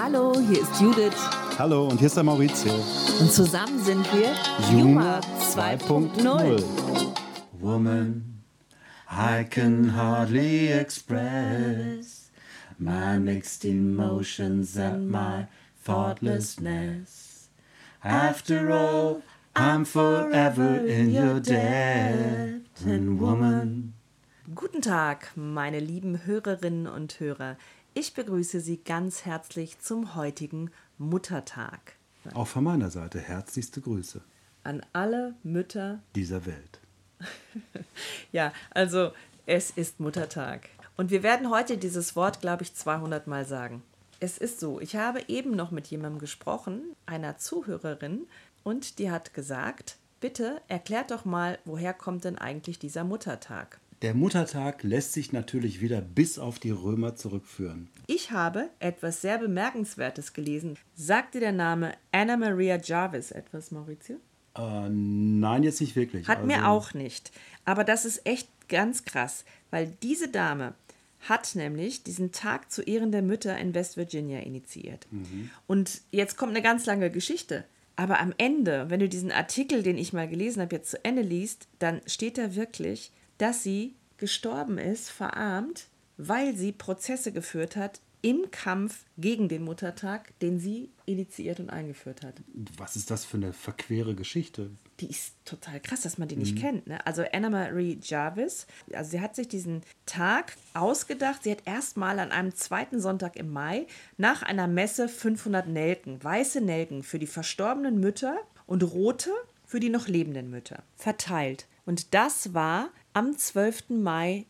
Hallo, hier ist Judith. Hallo, und hier ist der Maurizio. Und zusammen sind wir Juma Juma 2.0. Woman, I can hardly express my mixed emotions and my thoughtlessness. After all, I'm forever in your debt. And woman, Guten Tag, meine lieben Hörerinnen und Hörer. Ich begrüße Sie ganz herzlich zum heutigen Muttertag. Auch von meiner Seite herzlichste Grüße An alle Mütter. dieser Welt. Ja, also es ist Muttertag. Und wir werden heute dieses Wort, glaube ich, 200 Mal sagen. Es ist so, ich habe eben noch mit jemandem gesprochen, einer Zuhörerin, und die hat gesagt, bitte erklärt doch mal, woher kommt denn eigentlich dieser Muttertag? Der Muttertag lässt sich natürlich wieder bis auf die Römer zurückführen. Ich habe etwas sehr Bemerkenswertes gelesen. Sagt dir der Name Anna Maria Jarvis etwas, Maurizio? Äh, nein, jetzt nicht wirklich. Hat mir Also, auch nicht. Aber das ist echt ganz krass, weil diese Dame hat nämlich diesen Tag zu Ehren der Mütter in West Virginia initiiert. Mhm. Und jetzt kommt eine ganz lange Geschichte. Aber am Ende, wenn du diesen Artikel, den ich mal gelesen habe, jetzt zu Ende liest, dann steht da wirklich, dass sie gestorben ist, verarmt, weil sie Prozesse geführt hat im Kampf gegen den Muttertag, den sie initiiert und eingeführt hat Was ist das für eine verquere Geschichte? die ist total krass, dass man die nicht kennt. Ne? Also Anna Marie Jarvis, also sie hat sich diesen Tag ausgedacht. Sie hat erstmal an einem zweiten Sonntag im Mai nach einer Messe 500 Nelken, weiße Nelken für die verstorbenen Mütter und rote für die noch lebenden Mütter verteilt. Und das war am 12. Mai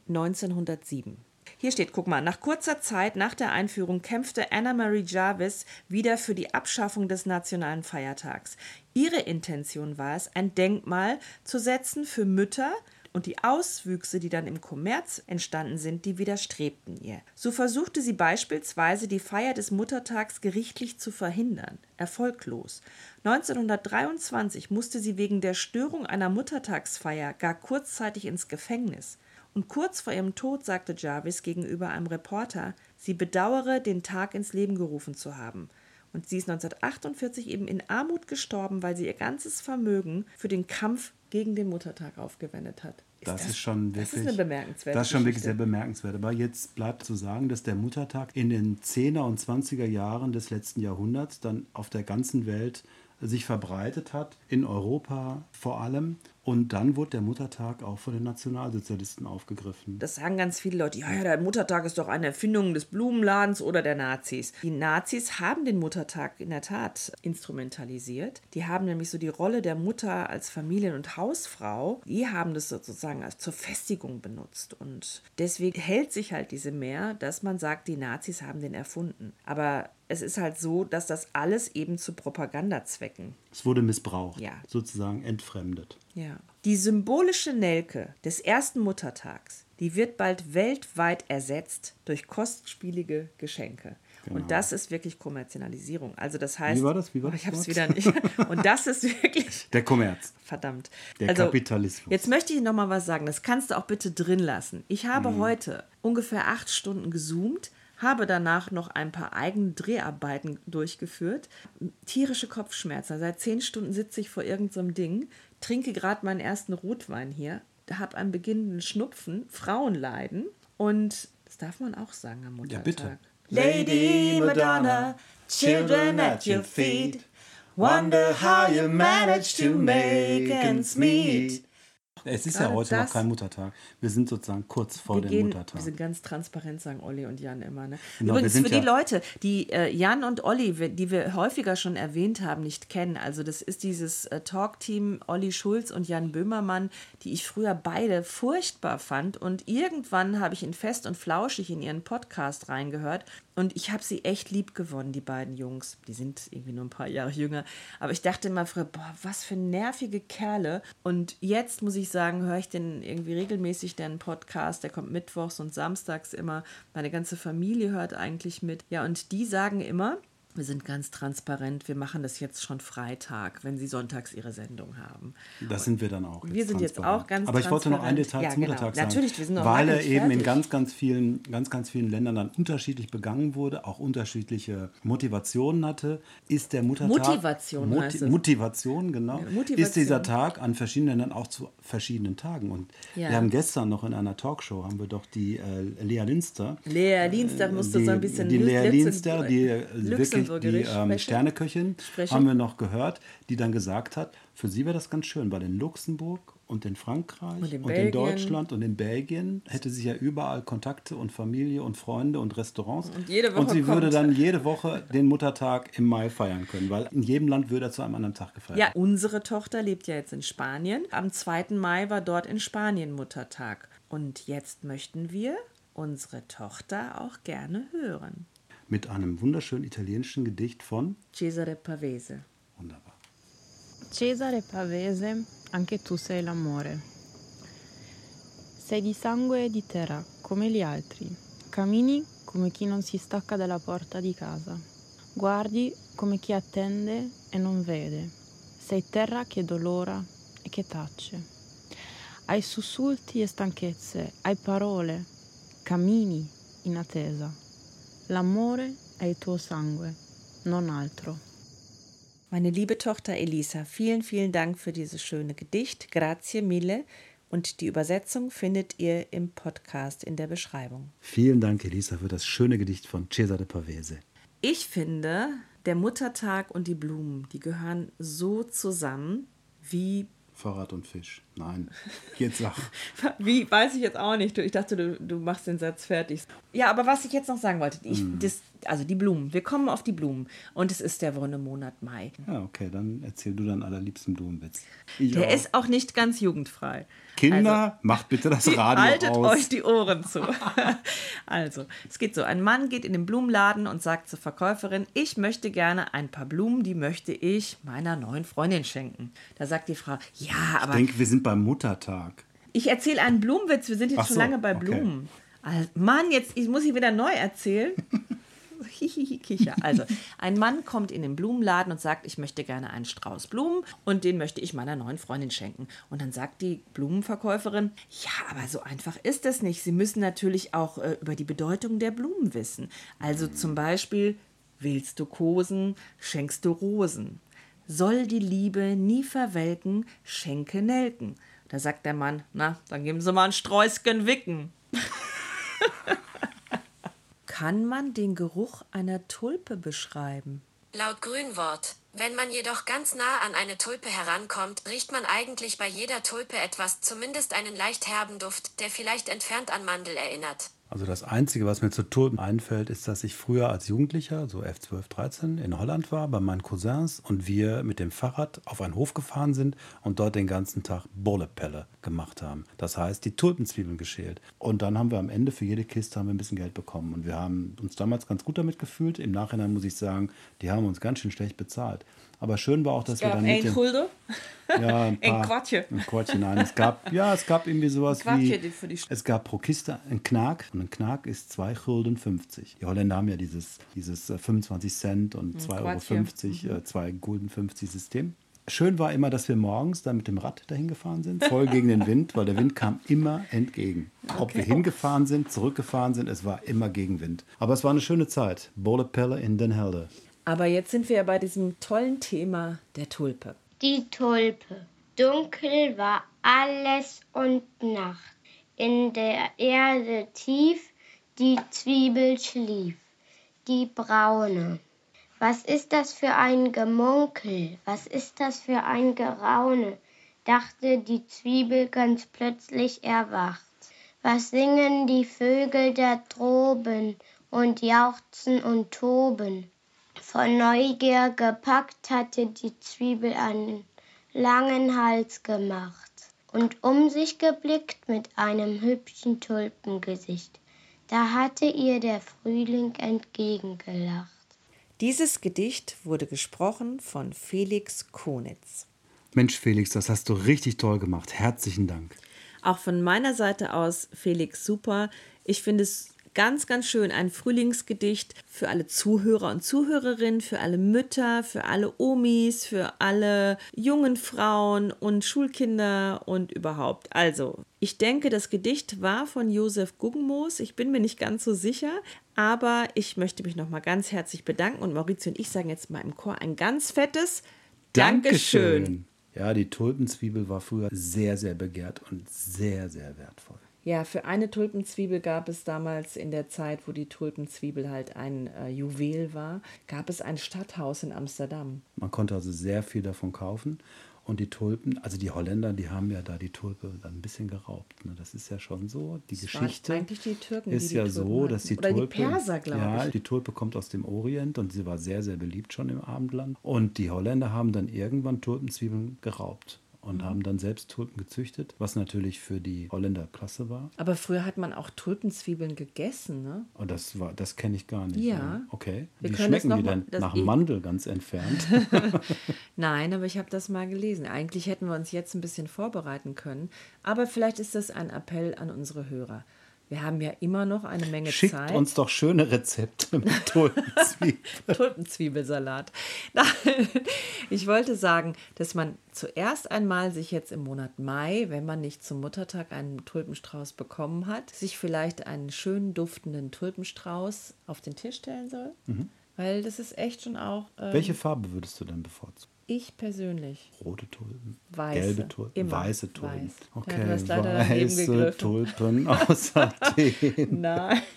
1907. Hier steht, guck mal, nach kurzer Zeit nach der Einführung kämpfte Anna Marie Jarvis wieder für die Abschaffung des nationalen Feiertags. Ihre Intention war es, ein Denkmal zu setzen für Mütter und die Auswüchse, die dann im Kommerz entstanden sind, die widerstrebten ihr. So versuchte sie beispielsweise die Feier des Muttertags gerichtlich zu verhindern, erfolglos. 1923 musste sie wegen der Störung einer Muttertagsfeier gar kurzzeitig ins Gefängnis. Und kurz vor ihrem Tod sagte Jarvis gegenüber einem Reporter, sie bedauere, den Tag ins Leben gerufen zu haben. Und sie ist 1948 eben in Armut gestorben, weil sie ihr ganzes Vermögen für den Kampf gegen den Muttertag aufgewendet hat. Das, ist schon wirklich. Das ist eine bemerkenswerte Das ist schon wirklich Geschichte. sehr bemerkenswert. Aber jetzt bleibt zu sagen, dass der Muttertag in den 10er und 20er Jahren des letzten Jahrhunderts dann auf der ganzen Welt sich verbreitet hat, in Europa vor allem. Und dann wurde der Muttertag auch von den Nationalsozialisten aufgegriffen. Das sagen ganz viele Leute, ja, ja, der Muttertag ist doch eine Erfindung des Blumenladens oder der Nazis. Die Nazis haben den Muttertag in der Tat instrumentalisiert. Die haben nämlich so die Rolle der Mutter als Familien- und Hausfrau, die haben das sozusagen als zur Festigung benutzt. Und deswegen hält sich halt diese mehr, dass man sagt, die Nazis haben den erfunden. Aber es ist halt so, dass das alles eben zu Propagandazwecken Es wurde missbraucht, Ja. sozusagen entfremdet. ja. Die symbolische Nelke des ersten Muttertags, die wird bald weltweit ersetzt durch kostspielige Geschenke. Und das ist wirklich Kommerzialisierung. Also das heißt, war das? Genau. Wie war Oh, das ich habe es Wort? wieder nicht. Und das ist wirklich Der Kommerz. verdammt. Also, Der Kapitalismus. Jetzt möchte ich noch mal was sagen. Das kannst du auch bitte drin lassen. Ich habe Mhm. heute ungefähr acht Stunden gezoomt, habe danach noch ein paar eigene Dreharbeiten durchgeführt. Tierische Kopfschmerzen. Seit zehn Stunden sitze ich vor irgendeinem so Ding, trinke gerade meinen ersten Rotwein hier, habe einen beginnenden Schnupfen, Frauenleiden und das darf man auch sagen am Muttertag. bitte. Lady Madonna, children at your feet, wonder how you manage to make ends meet. Es ist ja Gerade heute noch das- kein Muttertag. Wir sind sozusagen kurz vor wir dem gehen, Oh, Muttertag. Wir sind ganz transparent, sagen Olli und Jan immer. Ne? Genau, wir Übrigens sind für ja- die Leute, die äh, Jan und Olli, wir- die wir häufiger schon erwähnt haben, nicht kennen. Also das ist dieses äh, Talk-Team Olli Schulz und Jan Böhmermann, die ich früher beide furchtbar fand. Und irgendwann habe ich ihn fest und flauschig in ihren Podcast reingehört. Und ich habe sie echt lieb gewonnen, die beiden Jungs. Die sind irgendwie nur ein paar Jahre jünger. Aber ich dachte immer früher, boah, was für nervige Kerle. Und jetzt muss ich sagen, höre ich den irgendwie regelmäßig, deren Podcast. Der kommt mittwochs und samstags immer. Meine ganze Familie hört eigentlich mit. Ja, und die sagen immer, Wir sind ganz transparent. Wir machen das jetzt schon Freitag, wenn Sie sonntags Ihre Sendung haben. Das sind wir dann auch. Wir sind jetzt transparent. auch ganz Aber ich wollte noch ein transparent. Detail Ja, zum genau. Muttertag sagen. Natürlich, wir sind noch Weil lange er nicht eben in fertig. ganz, ganz vielen, ganz, ganz vielen Ländern dann unterschiedlich begangen wurde, auch unterschiedliche Motivationen hatte, ist der Muttertag. Motivation heißt es. Motivation, genau. Motivation. Ist dieser Tag an verschiedenen Ländern auch zu verschiedenen Tagen. Und Ja. wir haben gestern noch in einer Talkshow, haben wir doch die äh, Lea Linster. Lea Dienstag musste Äh, die, so ein bisschen die Lea Luxemburg- Linster, die äh, wirklich die Luxemburgerisch ähm, sprechen. Sterneköchin, Sprechen. haben wir noch gehört, die dann gesagt hat, für sie wäre das ganz schön, weil in Luxemburg und in Frankreich Und in in Belgien. Deutschland und in Belgien hätte sie ja überall Kontakte und Familie und Freunde und Restaurants. Und, jede Woche sie würde kommt- dann jede Woche den Muttertag im Mai feiern können, weil in jedem Land würde er zu einem anderen Tag gefeiert. Ja, unsere Tochter lebt ja jetzt in Spanien. Am 2. Mai war dort in Spanien Muttertag. Und jetzt möchten wir unsere Tochter auch gerne hören. Mit einem wunderschönen italienischen Gedicht von Cesare Pavese. Wunderbar. Cesare Pavese, anche tu sei l'amore. Sei di sangue e di terra, come gli altri. Cammini come chi non si stacca dalla porta di casa. Guardi come chi attende e non vede. Sei terra che dolora e che tace. Hai sussulti e stanchezze, hai parole. Cammini in attesa. L'amore è il tuo sangue, non altro. Meine liebe Tochter Elisa, vielen, vielen Dank für dieses schöne Gedicht. Grazie mille. Und die Übersetzung findet ihr im Podcast in der Beschreibung. Vielen Dank, Elisa, für das schöne Gedicht von Cesare Pavese. Ich finde, der Muttertag und die Blumen, die gehören so zusammen wie Fahrrad und Fisch. Nein, jetzt sag. Wie, weiß ich jetzt auch nicht. Du- Ich dachte, du, du machst den Satz fertig. Ja, aber was ich jetzt noch sagen wollte, ich, Mhm. das, also die Blumen. Wir kommen auf die Blumen. Und es ist der wunde Monat Mai. Ja, okay, dann erzähl du deinen allerliebsten Blumenwitz. Ich Der auch. ist auch nicht ganz jugendfrei. Kinder, macht bitte das Radio Haltet aus. euch die Ohren zu. also, es geht so: Ein Mann geht in den Blumenladen und sagt zur Verkäuferin, ich möchte gerne ein paar Blumen, die möchte ich meiner neuen Freundin schenken. Da sagt die Frau, ja, ich aber denke, wir sind beim Muttertag. Ich erzähle einen Blumenwitz. Wir sind jetzt Ach schon so, lange bei okay. Blumen. Also, Mann, jetzt ich muss ich wieder neu erzählen. Hihihi, Kicher. Also, ein Mann kommt in den Blumenladen und sagt, ich möchte gerne einen Strauß Blumen und den möchte ich meiner neuen Freundin schenken. Und dann sagt die Blumenverkäuferin, ja, aber so einfach ist das nicht. Sie müssen natürlich auch äh, über die Bedeutung der Blumen wissen. Also zum Beispiel, willst du Kosen, schenkst du Rosen. Soll die Liebe nie verwelken, schenke Nelken. Da sagt der Mann, na, dann geben Sie mal ein Sträußchen wicken. Kann man den Geruch einer Tulpe beschreiben? Laut Grünwort. Wenn man jedoch ganz nah an eine Tulpe herankommt, riecht man eigentlich bei jeder Tulpe etwas, zumindest einen leicht herben Duft, der vielleicht entfernt an Mandel erinnert. Also das Einzige, was mir zu Tulpen einfällt, ist, dass ich früher als Jugendlicher, so F12, 13, in Holland war bei meinen Cousins und wir mit dem Fahrrad auf einen Hof gefahren sind und dort den ganzen Tag Bollepelle gemacht haben. Das heißt, die Tulpenzwiebeln geschält. Und dann haben wir am Ende für jede Kiste haben wir ein bisschen Geld bekommen. Und wir haben uns damals ganz gut damit gefühlt. Im Nachhinein muss ich sagen, die haben uns ganz schön schlecht bezahlt. Aber schön war auch, dass wir dann mit dem... Gulden? Ja, Äh, ein, paar, Quartje. Ein Quartje, nein. Es gab, ja, es gab irgendwie sowas Quartje, wie, die für die Sch- es gab pro Kiste ein Knack und ein Knack ist 2,50 Gulden. 50. Die Holländer haben ja dieses, dieses äh, 25 Cent und 2,50 Mhm. Euro, äh, 2 Gulden 50 System. Schön war immer, dass wir morgens dann mit dem Rad dahin gefahren sind, voll gegen den Wind, weil der Wind kam immer entgegen. Ob wir hingefahren sind, zurückgefahren sind, es war immer Gegenwind. Aber es war eine schöne Zeit. Bolepelle in Den Helder. Aber jetzt sind wir ja bei diesem tollen Thema der Tulpe. Die Tulpe. Dunkel war alles und Nacht. In der Erde tief die Zwiebel schlief, die braune. Was ist das für ein Gemunkel? Was ist das für ein Geraune? dachte die Zwiebel ganz plötzlich erwacht. Was singen die Vögel da droben und jauchzen und toben? Von Neugier gepackt hatte die Zwiebel einen langen Hals gemacht und um sich geblickt mit einem hübschen Tulpengesicht. Da hatte ihr der Frühling entgegengelacht. Dieses Gedicht wurde gesprochen von Felix Konitz. Mensch, Felix, das hast du richtig toll gemacht. Herzlichen Dank. Auch von meiner Seite aus, Felix, super. Ich finde es Ganz, ganz schön. Ein Frühlingsgedicht für alle Zuhörer und Zuhörerinnen, für alle Mütter, für alle Omis, für alle jungen Frauen und Schulkinder und überhaupt. Also, ich denke, das Gedicht war von Josef Guggenmoos. Ich bin mir nicht ganz so sicher, aber ich möchte mich nochmal ganz herzlich bedanken und Maurizio und ich sagen jetzt mal im Chor ein ganz fettes Dankeschön. Ja, die Tulpenzwiebel war früher sehr, sehr begehrt und sehr, sehr wertvoll. Ja, für eine Tulpenzwiebel gab es damals in der Zeit, wo die Tulpenzwiebel halt ein äh, Juwel war, gab es ein Stadthaus in Amsterdam. Man konnte also sehr viel davon kaufen. Und die Tulpen, also die Holländer, die haben ja da die Tulpe dann ein bisschen geraubt. Ne? Das ist ja schon so. Die Das waren Geschichte eigentlich die Türken, die ist die ja Tulpen so, dass hatten. die Oder die Tulpe. Perser, glaub ja, ich. Die Tulpe kommt aus dem Orient und sie war sehr, sehr beliebt schon im Abendland. Und die Holländer haben dann irgendwann Tulpenzwiebeln geraubt und Mhm. haben dann selbst Tulpen gezüchtet, was natürlich für die Holländer klasse war. Aber früher hat man auch Tulpenzwiebeln gegessen, ne? Und Oh, das war, das kenne ich gar nicht. Ja. Okay. Wir Wie können das schmecken noch die mal- denn? das Nach eh- Mandel ganz entfernt. Nein, aber ich habe das mal gelesen. Eigentlich hätten wir uns jetzt ein bisschen vorbereiten können, aber vielleicht ist das ein Appell an unsere Hörer. Wir haben ja immer noch eine Menge Schickt Zeit. uns doch schöne Rezepte mit Tulpenzwiebeln. Tulpenzwiebelsalat. Nein, ich wollte sagen, dass man zuerst einmal sich jetzt im Monat Mai, wenn man nicht zum Muttertag einen Tulpenstrauß bekommen hat, sich vielleicht einen schön duftenden Tulpenstrauß auf den Tisch stellen soll. Weil das ist echt schon auch ähm, Welche Farbe würdest du denn bevorzugen? ich persönlich. Rote Tulpen, Weiße, gelbe Tulpen, immer weiße Tulpen. weiß. Ja, Okay, du hast leider daneben weiße gegriffen. Tulpen aus Athen. Nein.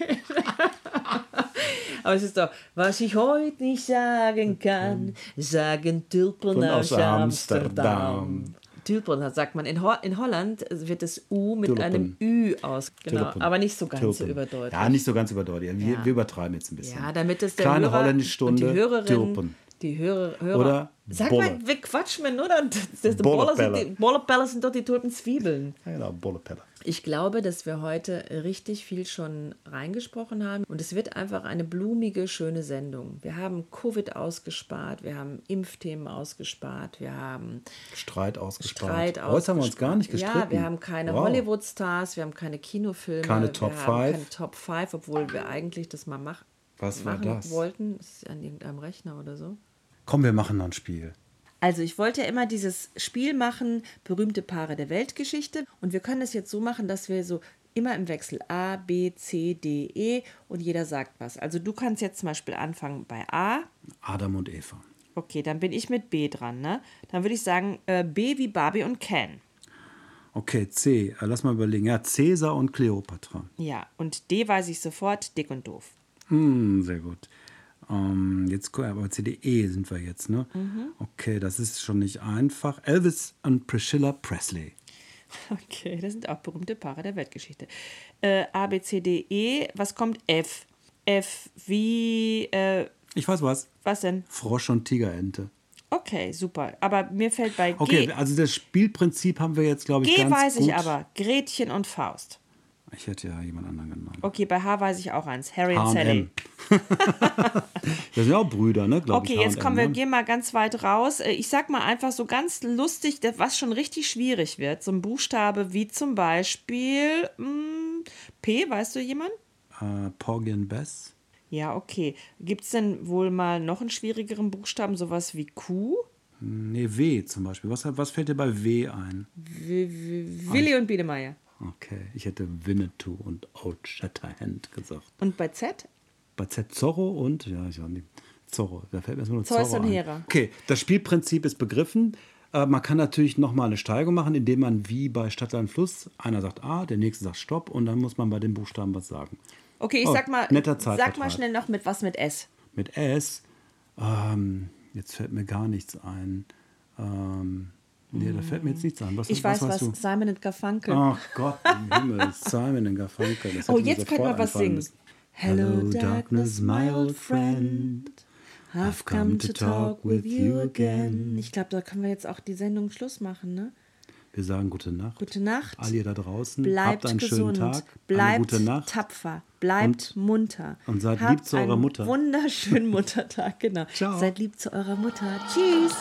Aber es ist doch, was ich heute nicht sagen kann, sagen Tulpen Tulpen aus aus Amsterdam. Amsterdam. Tulpen sagt man. In, Ho in Holland wird das U mit Tulpen. einem Ü aus. Genau, Tulpen. aber nicht so ganz Tulpen. überdeutlich. Ja, nicht so ganz überdeutlich. Wir, Ja. wir übertreiben jetzt ein bisschen. Ja, damit es der Kleine Hörer und Holländischstunde, die Hörerin, Tulpen. die Hörer, Hörer. Oder Sag mal, Bolle. wir quatschen mir nur, dann- dass die Bolle Bolle sind, die Pelle. Bolle Pelle sind doch die Tulpenzwiebeln. Ja, Genau, Bollepelle. Ich glaube, dass wir heute richtig viel schon reingesprochen haben und es wird einfach eine blumige, schöne Sendung. Wir haben Covid ausgespart, wir haben Impfthemen ausgespart, wir haben Streit ausgespart. Streit ausgespart. Heute haben wir uns gar nicht gestritten. Ja, wir haben keine Wow. Hollywood-Stars, wir haben keine Kinofilme, Keine wir Top haben Five. keine Top 5, obwohl wir eigentlich das mal mach Was war machen das? wollten. Das ist an irgendeinem Rechner oder so. Komm, wir machen noch ein Spiel. Also ich wollte ja immer dieses Spiel machen, berühmte Paare der Weltgeschichte. Und wir können es jetzt so machen, dass wir so immer im Wechsel A, B, C, D, E und jeder sagt was. Also du kannst jetzt zum Beispiel anfangen bei A. Adam und Eva. Okay, dann bin ich mit B dran, ne? Dann würde ich sagen äh, B wie Barbie und Ken. Okay, C. Äh, Lass mal überlegen. Ja, Cäsar und Kleopatra. Ja, und D weiß ich sofort, dick und doof. Hm, sehr gut. Ähm, jetzt, gu- aber CDE sind wir jetzt, ne? Mhm. Okay, das ist schon nicht einfach. Elvis und Priscilla Presley. Okay, das sind auch berühmte Paare der Weltgeschichte. Äh, A, B, C, D, E. Was kommt F? F wie, äh, Ich weiß was. was denn? Frosch und Tigerente. Okay, super. Aber mir fällt bei Okay, G. also das Spielprinzip haben wir jetzt, glaube ich, G ganz weiß gut. ich aber. Gretchen und Faust. Ich hätte ja jemand anderen genommen. Okay, bei H weiß ich auch eins. Harry und Sally. H&M. Das sind ja auch Brüder, ne? Glaub Okay, ich, jetzt H&M, kommen wir, ne? gehen mal ganz weit raus. Äh, Ich sag mal einfach so ganz lustig, das- was schon richtig schwierig wird. So ein Buchstabe wie zum Beispiel mm, P, weißt du jemand? Äh, Porgy and Bess. Ja, okay. Gibt es denn wohl mal noch einen schwierigeren Buchstaben, sowas wie Q? Nee, W zum Beispiel. Was, was fällt dir bei W ein? W w Willi und Biedemeier. Okay, ich hätte Winnetou und Old Shatterhand gesagt. Und bei Z? Bei Z Zorro und, ja, ich weiß nicht, Zorro, da fällt mir erstmal nur Zeus Zorro und ein. Hera. Okay, das Spielprinzip ist begriffen. Äh, man kann natürlich nochmal eine Steigerung machen, indem man wie bei Stadtland Fluss, einer sagt A, der nächste sagt Stopp und dann muss man bei den Buchstaben was sagen. Okay, ich Oh, sag mal, netter sag mal Zeitvertreib. schnell noch mit was mit S. Mit S, ähm, jetzt fällt mir gar nichts ein. Ähm, nee, da fällt mir jetzt nichts ein. Was, Ich weiß was, Ah, weißt du? Simon und Garfunkel. Ach Oh Gott im Himmel, Simon and Garfunkel. das Oh, hätte mir jetzt könnte sofort man was einfallen singen. müssen. Hello, darkness, my old friend. I've come to talk with you again. Ich glaube, da können wir jetzt auch die Sendung Schluss machen, ne? Wir sagen gute Nacht. Gute Nacht. All ihr da draußen. Bleibt habt einen gesund. schönen Tag. bleibt eine gute Nacht. tapfer. Bleibt munter. und seid Habt lieb zu eurer einen Mutter. Wunderschönen Muttertag, genau. Ciao. Seid lieb zu eurer Mutter. Tschüss.